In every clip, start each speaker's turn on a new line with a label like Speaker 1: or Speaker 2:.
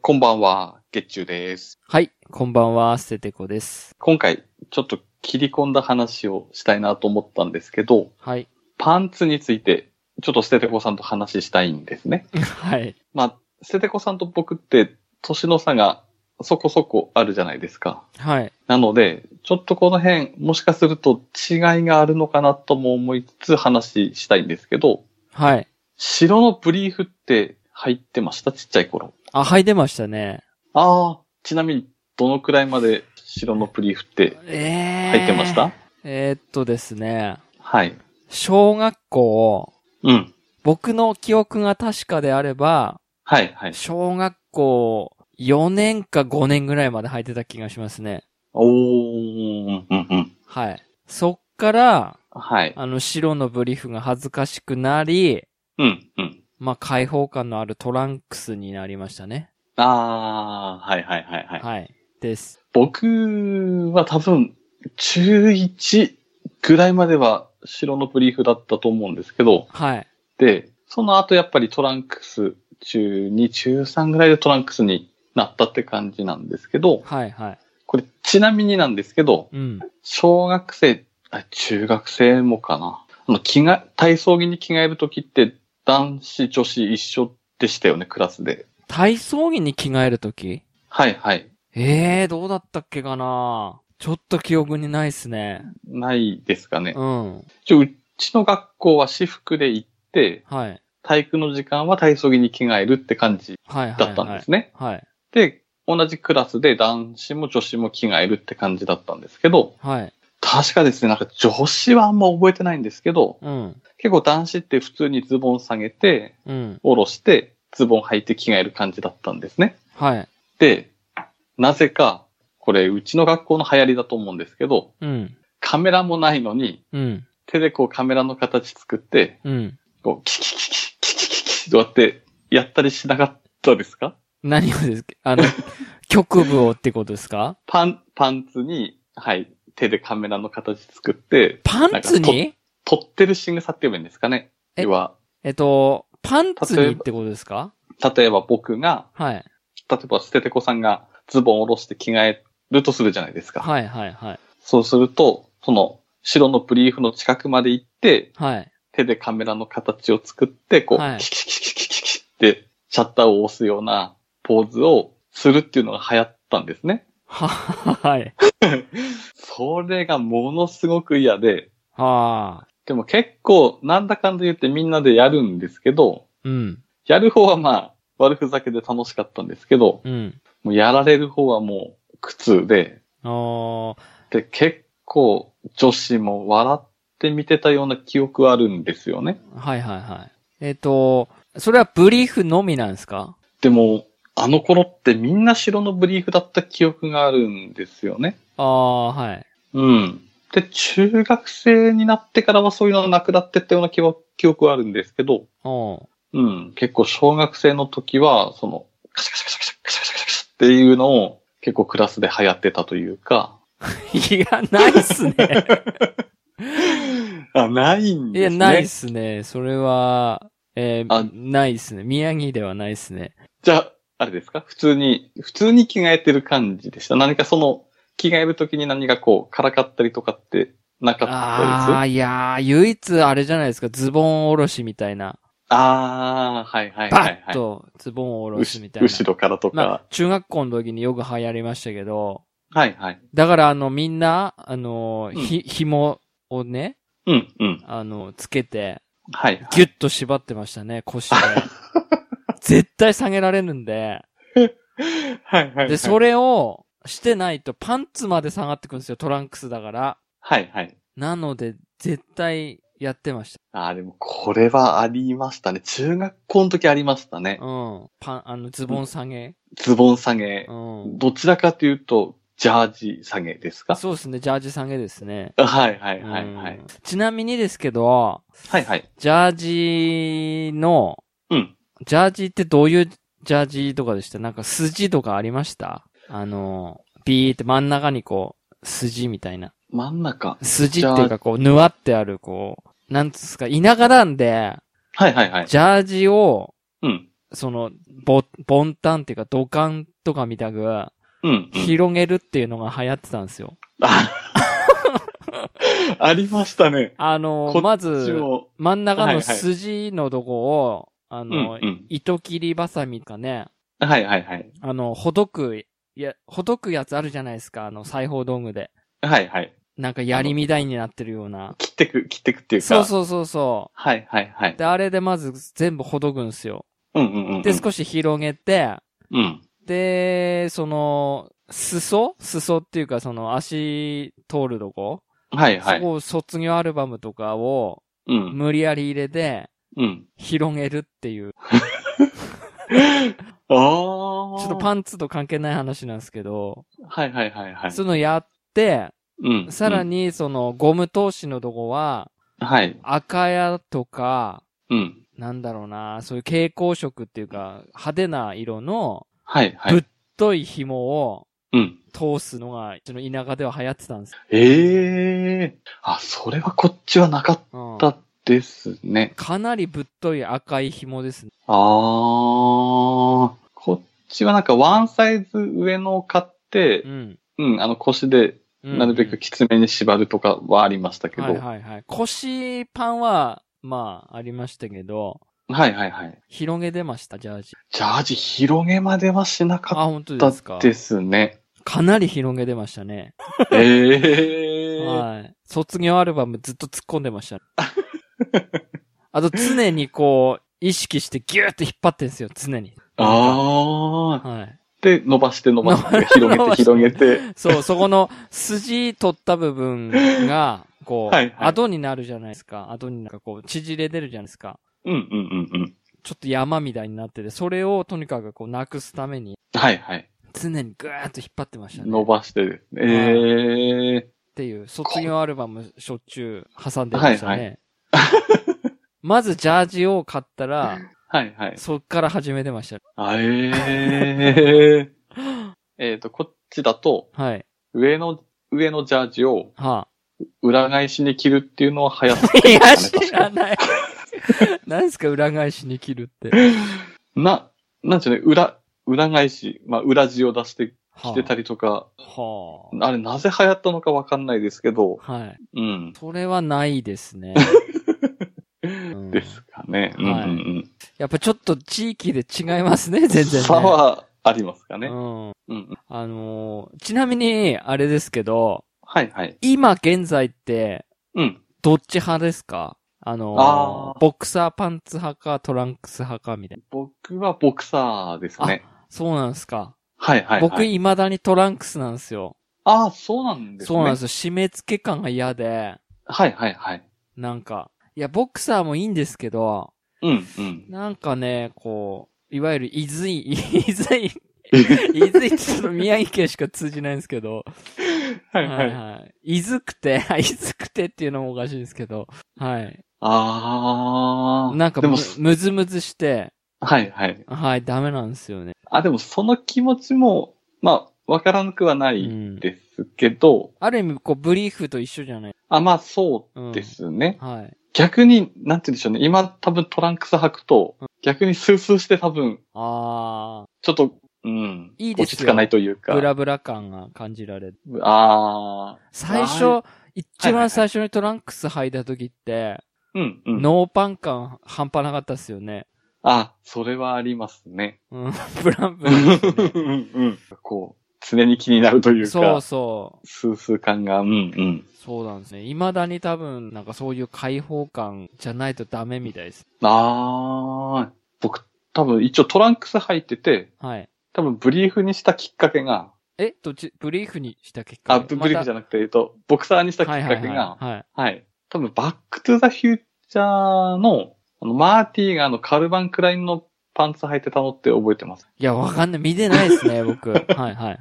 Speaker 1: こんばんは、月中です。
Speaker 2: はい、こんばんは、ステテコです。
Speaker 1: 今回、ちょっと切り込んだ話をしたいなと思ったんですけど、
Speaker 2: はい。
Speaker 1: パンツについて、ちょっと捨ててこさんと話したいんですね。
Speaker 2: はい。
Speaker 1: まあ、捨ててこさんと僕って、年の差がそこそこあるじゃないですか。
Speaker 2: はい。
Speaker 1: なので、ちょっとこの辺、もしかすると違いがあるのかなとも思いつつ話したいんですけど、
Speaker 2: はい。
Speaker 1: 白のブリーフって入ってましたちっちゃい頃。
Speaker 2: あ、入ってましたね。
Speaker 1: ああ、ちなみに、どのくらいまで白のブリーフって
Speaker 2: えー。
Speaker 1: 入ってました、
Speaker 2: えーっとですね、
Speaker 1: はい。
Speaker 2: 小学校、
Speaker 1: うん。
Speaker 2: 僕の記憶が確かであれば、
Speaker 1: はい、はい。
Speaker 2: 小学校4年か5年ぐらいまで入ってた気がしますね。
Speaker 1: おー、うん、うん。
Speaker 2: はい。そっから、
Speaker 1: はい。
Speaker 2: あの白のブリーフが恥ずかしくなり、
Speaker 1: うん、うん。
Speaker 2: まあ、開放感のあるトランクスになりましたね。
Speaker 1: あー、はい、はい、はい、はい。
Speaker 2: はい。です。
Speaker 1: 僕は多分、中1ぐらいまでは白のブリーフだったと思うんですけど、
Speaker 2: はい。
Speaker 1: で、その後やっぱりトランクス、中2、中3ぐらいでトランクスになったって感じなんですけど、
Speaker 2: はい、はい。
Speaker 1: これちなみになんですけど、
Speaker 2: うん。
Speaker 1: 小学生、あ中学生もかな。あの、着が、体操着に着替えるときって、男子、女子一緒でしたよね、クラスで。
Speaker 2: 体操着に着替えるとき
Speaker 1: はいはい。
Speaker 2: ええー、どうだったっけかなちょっと記憶にないっすね。
Speaker 1: ないですかね。
Speaker 2: うん。
Speaker 1: ちょうちの学校は私服で行って、
Speaker 2: はい。
Speaker 1: 体育の時間は体操着に着替えるって感じ
Speaker 2: はいはい、はい。
Speaker 1: だったんですね。
Speaker 2: はい。
Speaker 1: で、同じクラスで男子も女子も着替えるって感じだったんですけど、
Speaker 2: はい。
Speaker 1: 確かですね、なんか女子はあんま覚えてないんですけど、
Speaker 2: うん。
Speaker 1: 結構男子って普通にズボン下げて、
Speaker 2: うん。
Speaker 1: 下ろして、ズボン履いて着替える感じだったんですね。
Speaker 2: はい。
Speaker 1: で、なぜか、これ、うちの学校の流行りだと思うんですけど、
Speaker 2: うん。
Speaker 1: カメラもないのに、
Speaker 2: うん。
Speaker 1: 手でこうカメラの形作って、
Speaker 2: うん。
Speaker 1: こう、キキキキキキキキどうやってやったりしなかったですか
Speaker 2: 何をですか あの、局部をってことですか
Speaker 1: パン、パンツに、はい、手でカメラの形作って、
Speaker 2: パンツに
Speaker 1: 撮ってる仕草って言えばいいんですかね
Speaker 2: え
Speaker 1: 要は、
Speaker 2: えっと、パンツにってことですか
Speaker 1: 例えば僕が、
Speaker 2: はい。
Speaker 1: 例えば捨ててこさんがズボンを下ろして着替えるとするじゃないですか。
Speaker 2: はいはいはい。
Speaker 1: そうすると、その、白のブリーフの近くまで行って、
Speaker 2: はい。
Speaker 1: 手でカメラの形を作って、こう、
Speaker 2: はい
Speaker 1: キキキキキキキって、シャッターを押すようなポーズをするっていうのが流行ったんですね。
Speaker 2: は、はい。
Speaker 1: それがものすごく嫌で、
Speaker 2: はあ。
Speaker 1: でも結構、なんだかんだ言ってみんなでやるんですけど、
Speaker 2: うん。
Speaker 1: やる方はまあ、悪ふざけで楽しかったんですけど、
Speaker 2: うん。
Speaker 1: もうやられる方はもう苦痛で、
Speaker 2: おー。
Speaker 1: で、結構女子も笑って見てたような記憶はあるんですよね。
Speaker 2: はいはいはい。えっと、それはブリーフのみなんですか
Speaker 1: でも、あの頃ってみんな白のブリーフだった記憶があるんですよね。
Speaker 2: ああ、はい。
Speaker 1: うん。で、中学生になってからはそういうのがなくなってったような記憶記憶はあるんですけど、
Speaker 2: おう
Speaker 1: うん。結構小学生の時は、その、カシャカシャカシャカシャカシャカシャカシャっていうのを結構クラスで流行ってたというか、
Speaker 2: いや、ないっ すね。
Speaker 1: あ、ないん
Speaker 2: い
Speaker 1: で
Speaker 2: や、
Speaker 1: すね。
Speaker 2: ないっすね。それは、えー
Speaker 1: あ
Speaker 2: ないっすね。宮城ではないっすね。
Speaker 1: じゃあ、あれですか普通に、普通に着替えてる感じでした。何かその、着替える時に何かこう、からかったりとかってなかったです
Speaker 2: ああ、いやー、唯一あれじゃないですか。ズボンおろしみたいな。
Speaker 1: ああ、はいはいは
Speaker 2: バ
Speaker 1: い、
Speaker 2: ッ
Speaker 1: は
Speaker 2: とズボンお
Speaker 1: い。
Speaker 2: ろ
Speaker 1: う
Speaker 2: し
Speaker 1: し
Speaker 2: みたいな。
Speaker 1: 後ろからとか。
Speaker 2: まあ、中学校の時によく流行りましたけど、
Speaker 1: はいはい。
Speaker 2: だからあの、みんな、あの、
Speaker 1: うん
Speaker 2: ひ、紐をね、
Speaker 1: うんうん。
Speaker 2: あの、つけて、
Speaker 1: はい、はい。
Speaker 2: ギュッと縛ってましたね、腰で。 絶対下げられるんで。
Speaker 1: はいはいはい。
Speaker 2: で、そ。れをしてないとパンツまで下がってくるんですよ、トランクスだから。
Speaker 1: はいはい。
Speaker 2: なので、絶対やってまし
Speaker 1: ああ、でもこれはありましたね。中学校の時ありましたね
Speaker 2: た。。うん。パン、あの、ズボン下げ。
Speaker 1: ズボン下げ
Speaker 2: う。ん。
Speaker 1: どちらかというと、ジャージ下げですか
Speaker 2: そうですね、ジャージ下げですね。
Speaker 1: はいはいはいは
Speaker 2: う
Speaker 1: い
Speaker 2: ん。。ちなみにですけど、
Speaker 1: はいはい。
Speaker 2: ジャージの、
Speaker 1: うん。
Speaker 2: ジャージってどういうジャージとかでしたなんか筋とかありましたあの、ビーって真ん中にこう、筋みたいな。
Speaker 1: 真ん中。
Speaker 2: 筋っていうかこう、ぬわってあるこう、なんつうんですか、田舎なんで、
Speaker 1: はいはいはい。
Speaker 2: ジャージを、
Speaker 1: うん。
Speaker 2: その、ぼ、ボンタンっていうか、土管とかみたく、
Speaker 1: うん、うん。
Speaker 2: 広げるっていうのが流行ってたんですよ。
Speaker 1: あありましたね。
Speaker 2: あの
Speaker 1: こっ、ち
Speaker 2: まず、
Speaker 1: も
Speaker 2: 真ん中
Speaker 1: はいは
Speaker 2: の
Speaker 1: い
Speaker 2: 筋のとこを、あの、
Speaker 1: うんうん
Speaker 2: 糸切りバサミかね、
Speaker 1: はいはいはい。
Speaker 2: あの、ほどく、いや、ほどくやつあるじゃないですか、あの、裁縫道具で。
Speaker 1: はいはい。
Speaker 2: なんか槍みたいになってるような。
Speaker 1: 切ってく、切ってくっていうか。
Speaker 2: そうそうそうそ。。
Speaker 1: はいはいはいう
Speaker 2: で、あれでまず全部ほどくんですよ。
Speaker 1: うんうんうんうん。
Speaker 2: で、少し広げて、
Speaker 1: うん。
Speaker 2: で、その、裾裾っていうか、その足通るとこ、
Speaker 1: はいはい
Speaker 2: そ。こを卒業アルバムとかを
Speaker 1: うん。
Speaker 2: 無理やり入れて、
Speaker 1: うん。
Speaker 2: 広げるっていう。
Speaker 1: ああ。ちょ
Speaker 2: ちょっとパンツと関係ない話なんですけど、
Speaker 1: はいはいはいはい。
Speaker 2: そういうのやって、
Speaker 1: うん。
Speaker 2: さらにそのゴム通しのとこは、
Speaker 1: うん。はい。
Speaker 2: 赤やとか、
Speaker 1: うん。
Speaker 2: なんだろうな、そういう蛍光色っていうか、派手な色の
Speaker 1: はいは
Speaker 2: ぶっ
Speaker 1: い。
Speaker 2: 太い紐を
Speaker 1: うん。
Speaker 2: 通すのが、うちの田舎では流行ってたんです。
Speaker 1: ええあ、それはこっちはなかっ
Speaker 2: うん
Speaker 1: たですね。
Speaker 2: かなりぶっとい赤い紐ですね。
Speaker 1: あー。こっちはなんかワンサイズ上のを買って
Speaker 2: う、ん。
Speaker 1: うん、あの腰で
Speaker 2: うん
Speaker 1: なるべくきつめに縛るとかはありましたけど。
Speaker 2: はいはいはい。腰パンは、まあ、ありましたけど、
Speaker 1: はいはいはい。
Speaker 2: 広げてました、ジャージ。
Speaker 1: ジャージ広げまではしな
Speaker 2: あ、
Speaker 1: か
Speaker 2: 本当です
Speaker 1: った
Speaker 2: か。
Speaker 1: ですね。
Speaker 2: かなり広げてましたね。
Speaker 1: ええ
Speaker 2: はい。卒業アルバムずっと突っ込んでました、 ね。あと常にこう、意識してギューって引っ張ってんですよ、常に。
Speaker 1: あー。
Speaker 2: はい。
Speaker 1: で、伸ばして伸ばして、広げて広げて。
Speaker 2: そう、 そこの筋取った部分が、こ う、
Speaker 1: はいはい
Speaker 2: 後になるじゃないですか。後になんかこう、縮れ出るじゃないですか。
Speaker 1: うんうんうんうん。
Speaker 2: ちょっと山みたいになってて、それをとにかくこう、なくすために、
Speaker 1: はいはい。
Speaker 2: 常にぐーっと引っ張ってましたね。
Speaker 1: 伸ばしてですね。ええ
Speaker 2: っていう、卒業アルバムしょっちゅう挟んでましたね。
Speaker 1: はい は
Speaker 2: まずジャージを買ったら、
Speaker 1: はいはい。
Speaker 2: そっから始めてました。
Speaker 1: あえーえっと、こっちだと、
Speaker 2: はい。
Speaker 1: 上の、上のジャージを
Speaker 2: は
Speaker 1: 裏返しに着るって いうのは流行っ
Speaker 2: あ、いや、
Speaker 1: や
Speaker 2: 知
Speaker 1: 知
Speaker 2: ら
Speaker 1: ら
Speaker 2: ない。何ですか、裏返しに切るって。
Speaker 1: な、なんちゅうね、裏、裏返し、まあ、裏地を出して
Speaker 2: は
Speaker 1: 着てたりとか、
Speaker 2: あ、は
Speaker 1: あれなぜ流行ったのかわかんないですけど、
Speaker 2: あ。はい。
Speaker 1: うん。
Speaker 2: それはないで すね。うん
Speaker 1: ですかね。うんうん
Speaker 2: はい
Speaker 1: うん。
Speaker 2: やっぱちょっと地域で違いますね、全然、ね。
Speaker 1: 差はありますかね。
Speaker 2: うん。
Speaker 1: うんうん。
Speaker 2: あのーちなみに、あれですけど、
Speaker 1: はいはい。
Speaker 2: 今現在って、
Speaker 1: うん。
Speaker 2: どっち派ですかあのー
Speaker 1: あー
Speaker 2: ボクサーパンツ派かトランクス派かみたいな。
Speaker 1: 僕はボクサーですね。
Speaker 2: そうなんですか。
Speaker 1: はいはい、はい。
Speaker 2: 僕、未だにトランクスなんですよ。
Speaker 1: ああ、そうなんですね。
Speaker 2: そうなんですよ。締め付け感が嫌で、
Speaker 1: はいはいはい。
Speaker 2: なんか、いや、ボクサーもいいんですけど、
Speaker 1: うんうん。
Speaker 2: なんかね、こう、いわゆる、いずい、 いず い、いずいってちょっと宮城県しか通じないんですけど、
Speaker 1: は
Speaker 2: はいはい。いずくて、 いずくてっていうのもおかしいですけど、はい。
Speaker 1: ああ。
Speaker 2: なんか
Speaker 1: で
Speaker 2: む
Speaker 1: も、、
Speaker 2: むずむずして、
Speaker 1: はいはい。
Speaker 2: はい、ダメなんですよね。
Speaker 1: あ、でもその気持ちも、まあ、わからなくはな
Speaker 2: う
Speaker 1: い
Speaker 2: ん
Speaker 1: ですけど、
Speaker 2: ある意味、こう、ブリーフと一緒じゃない。
Speaker 1: あ、まあそう
Speaker 2: うん
Speaker 1: ですね。
Speaker 2: はい。
Speaker 1: 逆に、なんて言うんでしょうね。今多分トランクス履くと、逆にスースーして多分、
Speaker 2: あ
Speaker 1: ちょっと、うん。
Speaker 2: いいですよ
Speaker 1: 落ち着かないという
Speaker 2: ー、
Speaker 1: か。
Speaker 2: ブラブラ感が感じられる。
Speaker 1: ああ。
Speaker 2: 最初
Speaker 1: は、
Speaker 2: 一番最初にトランクス履いた時って、
Speaker 1: うんうん。
Speaker 2: ノーパン感半端なかったっすよね。
Speaker 1: あ、それはありますね。
Speaker 2: うん、 ブランブ
Speaker 1: う
Speaker 2: ラン
Speaker 1: ん
Speaker 2: ですね。
Speaker 1: うん。こう、常に気になるというか。
Speaker 2: そうそう。
Speaker 1: スースー感が、うんうん。
Speaker 2: そうなんですね。未だに多分、なんかそういう開放感じゃないとダメみたいです。
Speaker 1: あー、僕、多分一応トランクス履いてて、
Speaker 2: はい。
Speaker 1: 多分ブリーフにしたきっかけが、
Speaker 2: えどっち、ブリーフにした結果
Speaker 1: あ、ブブリーフじゃなくて、えっと、ボクサーにしたきっかけが、
Speaker 2: はいはいはい、はい。
Speaker 1: はい。多分バックトゥザフューチャーの、あの、マーティーがあの、カルバンクラインのパンツ履いてたのって覚えてます。
Speaker 2: いや、わかんない。見てないですね、 僕。はいはいはい。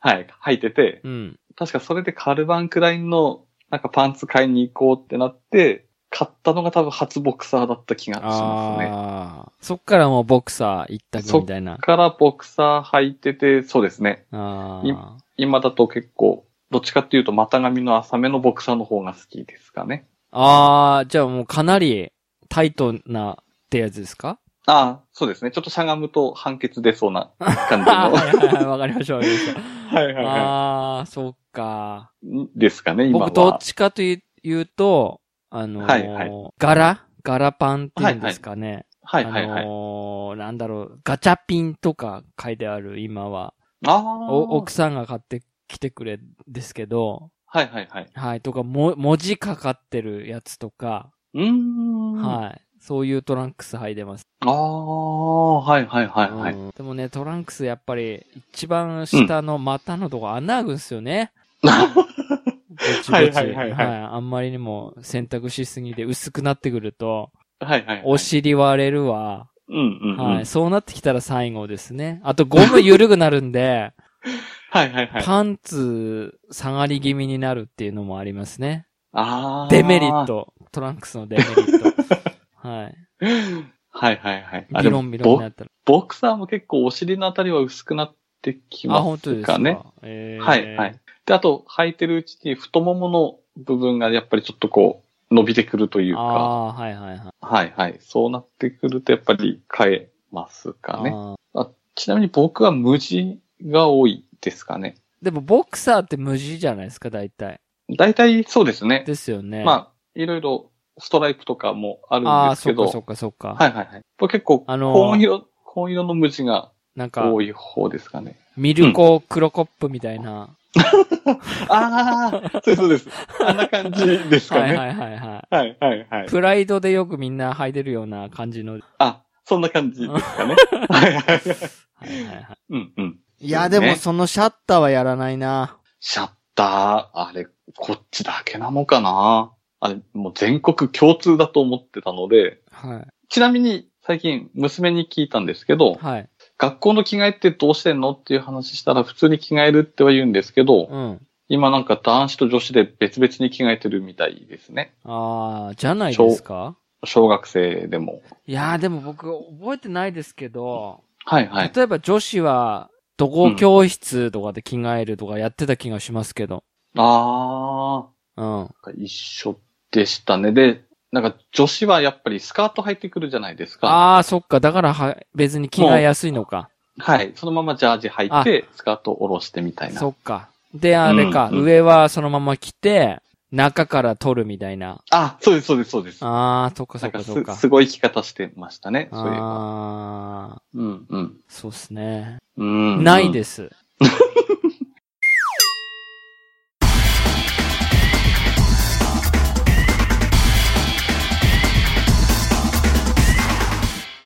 Speaker 1: はい、履いてて、
Speaker 2: うん。
Speaker 1: 確かそれでカルバンクラインの、なんかパンツ買いに行こうってなって、買ったのが多分初ボクサーだった気がしますね。
Speaker 2: ああ。そっからもうボクサー一択みたいな。
Speaker 1: からボクサー履いてて、そうですね。
Speaker 2: あ
Speaker 1: い
Speaker 2: あ。
Speaker 1: 今だと結構、どっちかっていうと股上の浅めのボクサーの方が好きですかね。
Speaker 2: ああ、じゃあもうかなりタイトなってやつですか
Speaker 1: ああ、そうですね。ちょっとしゃがむと判決出そうな感じ
Speaker 2: あ
Speaker 1: の。
Speaker 2: はいはいはい、わかりましょう。わかりましょう
Speaker 1: はいはいは
Speaker 2: ああ、そっか。
Speaker 1: い。ですかね、今は。
Speaker 2: 僕どっちかといういうと、あのー
Speaker 1: はいはい
Speaker 2: 柄柄パンっていうんですかね。
Speaker 1: はいはいはい。
Speaker 2: あのーなんだろう、ガチャピンとか書いてある今は。
Speaker 1: ああ。
Speaker 2: お奥さんが買ってきてくれですけど、
Speaker 1: はいはいはい。
Speaker 2: はい、とかも、文字かかってるやつとか、
Speaker 1: うーん。い。
Speaker 2: はい。そういうトランクス履いてます。
Speaker 1: ああ、はいはいはいはい。
Speaker 2: うんでもね、トランクスやっぱり、一番下の股のとこ穴開くんですよね。ぼちぼち。
Speaker 1: はいはいはいはい
Speaker 2: あんまりにも選択しすぎて薄くなってくると、
Speaker 1: はいはいはい。
Speaker 2: お。尻割れるわ。
Speaker 1: うんうんうん。は
Speaker 2: はいい。そうなってきたら最後ですね。あと、ゴム緩くなるんで、
Speaker 1: はい はい。
Speaker 2: パンツ下がり気味になるっていうのもありますね。
Speaker 1: ああ。
Speaker 2: デメリッ。ト。トランクスのデメリッ ト。はい。
Speaker 1: はいはいはい。あ
Speaker 2: ビ
Speaker 1: で
Speaker 2: ロ
Speaker 1: も
Speaker 2: ンビロンに
Speaker 1: ボ
Speaker 2: なったら。
Speaker 1: ボクサーも結構お尻のあたりは薄くなってきますかね。
Speaker 2: あ、本当ですか。えー
Speaker 1: はいはい。。で、あと、履いてるうちに太ももの部分がやっぱりちょっとこう、伸びてくるというか、
Speaker 2: ああー、はいはいはい。
Speaker 1: はいはい。そうなってくるとやっぱり変えます
Speaker 2: あ
Speaker 1: かね。
Speaker 2: ー
Speaker 1: ちなみに僕は無地が多いですかね。
Speaker 2: でも、ボクサーって無地じゃないですか、大体。
Speaker 1: 大体そうですね。
Speaker 2: ですよね。
Speaker 1: まあ、いろいろストライプとかもあるん
Speaker 2: あ
Speaker 1: で
Speaker 2: あ、
Speaker 1: す
Speaker 2: そ
Speaker 1: け
Speaker 2: っ
Speaker 1: ど、
Speaker 2: かそっかそっか。
Speaker 1: はいはいはい。僕結構、
Speaker 2: あのー
Speaker 1: 紺色、紺色の無地が
Speaker 2: なんか、
Speaker 1: 多い方ですかね。
Speaker 2: ミルコ・クロコップみたいな。
Speaker 1: ああ、そうですそうです。あんな感じですか
Speaker 2: はい
Speaker 1: ね。
Speaker 2: はいはいはい。
Speaker 1: はいはいはい。
Speaker 2: プライドでよくみんな履いてるような感じの。は
Speaker 1: あ、そんな感じです かね。はいはいはい。
Speaker 2: いはいは
Speaker 1: うんうん。
Speaker 2: い。いや、でも
Speaker 1: ね
Speaker 2: そのシャッターはやらないな。
Speaker 1: シャッター、あれ、こっちだけなのかなあれ、もう全国共通だと思ってたので、
Speaker 2: は
Speaker 1: ちなみに最近娘に聞いたんですけ
Speaker 2: い。
Speaker 1: ど、
Speaker 2: はい。
Speaker 1: 学校の着替えってどうしてんのっていう話したら普通に着替えるっては言うんですけど、
Speaker 2: うん。
Speaker 1: 今なんか男子と女子で別々に着替えてるみたいですね。
Speaker 2: ああ、じゃないですか
Speaker 1: 小学生でも。
Speaker 2: いやーでも僕覚えてないですけど、
Speaker 1: はいはい。
Speaker 2: 例えば女子は、どこ教室とかで着替えるとかやってた気がしますけど。
Speaker 1: あ
Speaker 2: うん。
Speaker 1: ー、一緒でしたね。で、なんか女子はやっぱりスカート履いてくるじゃないですか。
Speaker 2: ああ、そっか。だからは、別に着替えやすいのか。
Speaker 1: はい。そのままジャージ履いて、スカート下ろしてみたいな。
Speaker 2: そっか。で、あれか、
Speaker 1: うんうん
Speaker 2: 上はそのまま着て、中から取るみたいな。
Speaker 1: あ、そうです、そうです、そうです。
Speaker 2: ああ、そっかそ
Speaker 1: な
Speaker 2: っ
Speaker 1: ん
Speaker 2: か
Speaker 1: か
Speaker 2: そっ
Speaker 1: す
Speaker 2: か。
Speaker 1: すごい生き方してましたね、そういえば。
Speaker 2: ああ、
Speaker 1: うん、うん
Speaker 2: そうっすね。
Speaker 1: うん。。
Speaker 2: ないですす。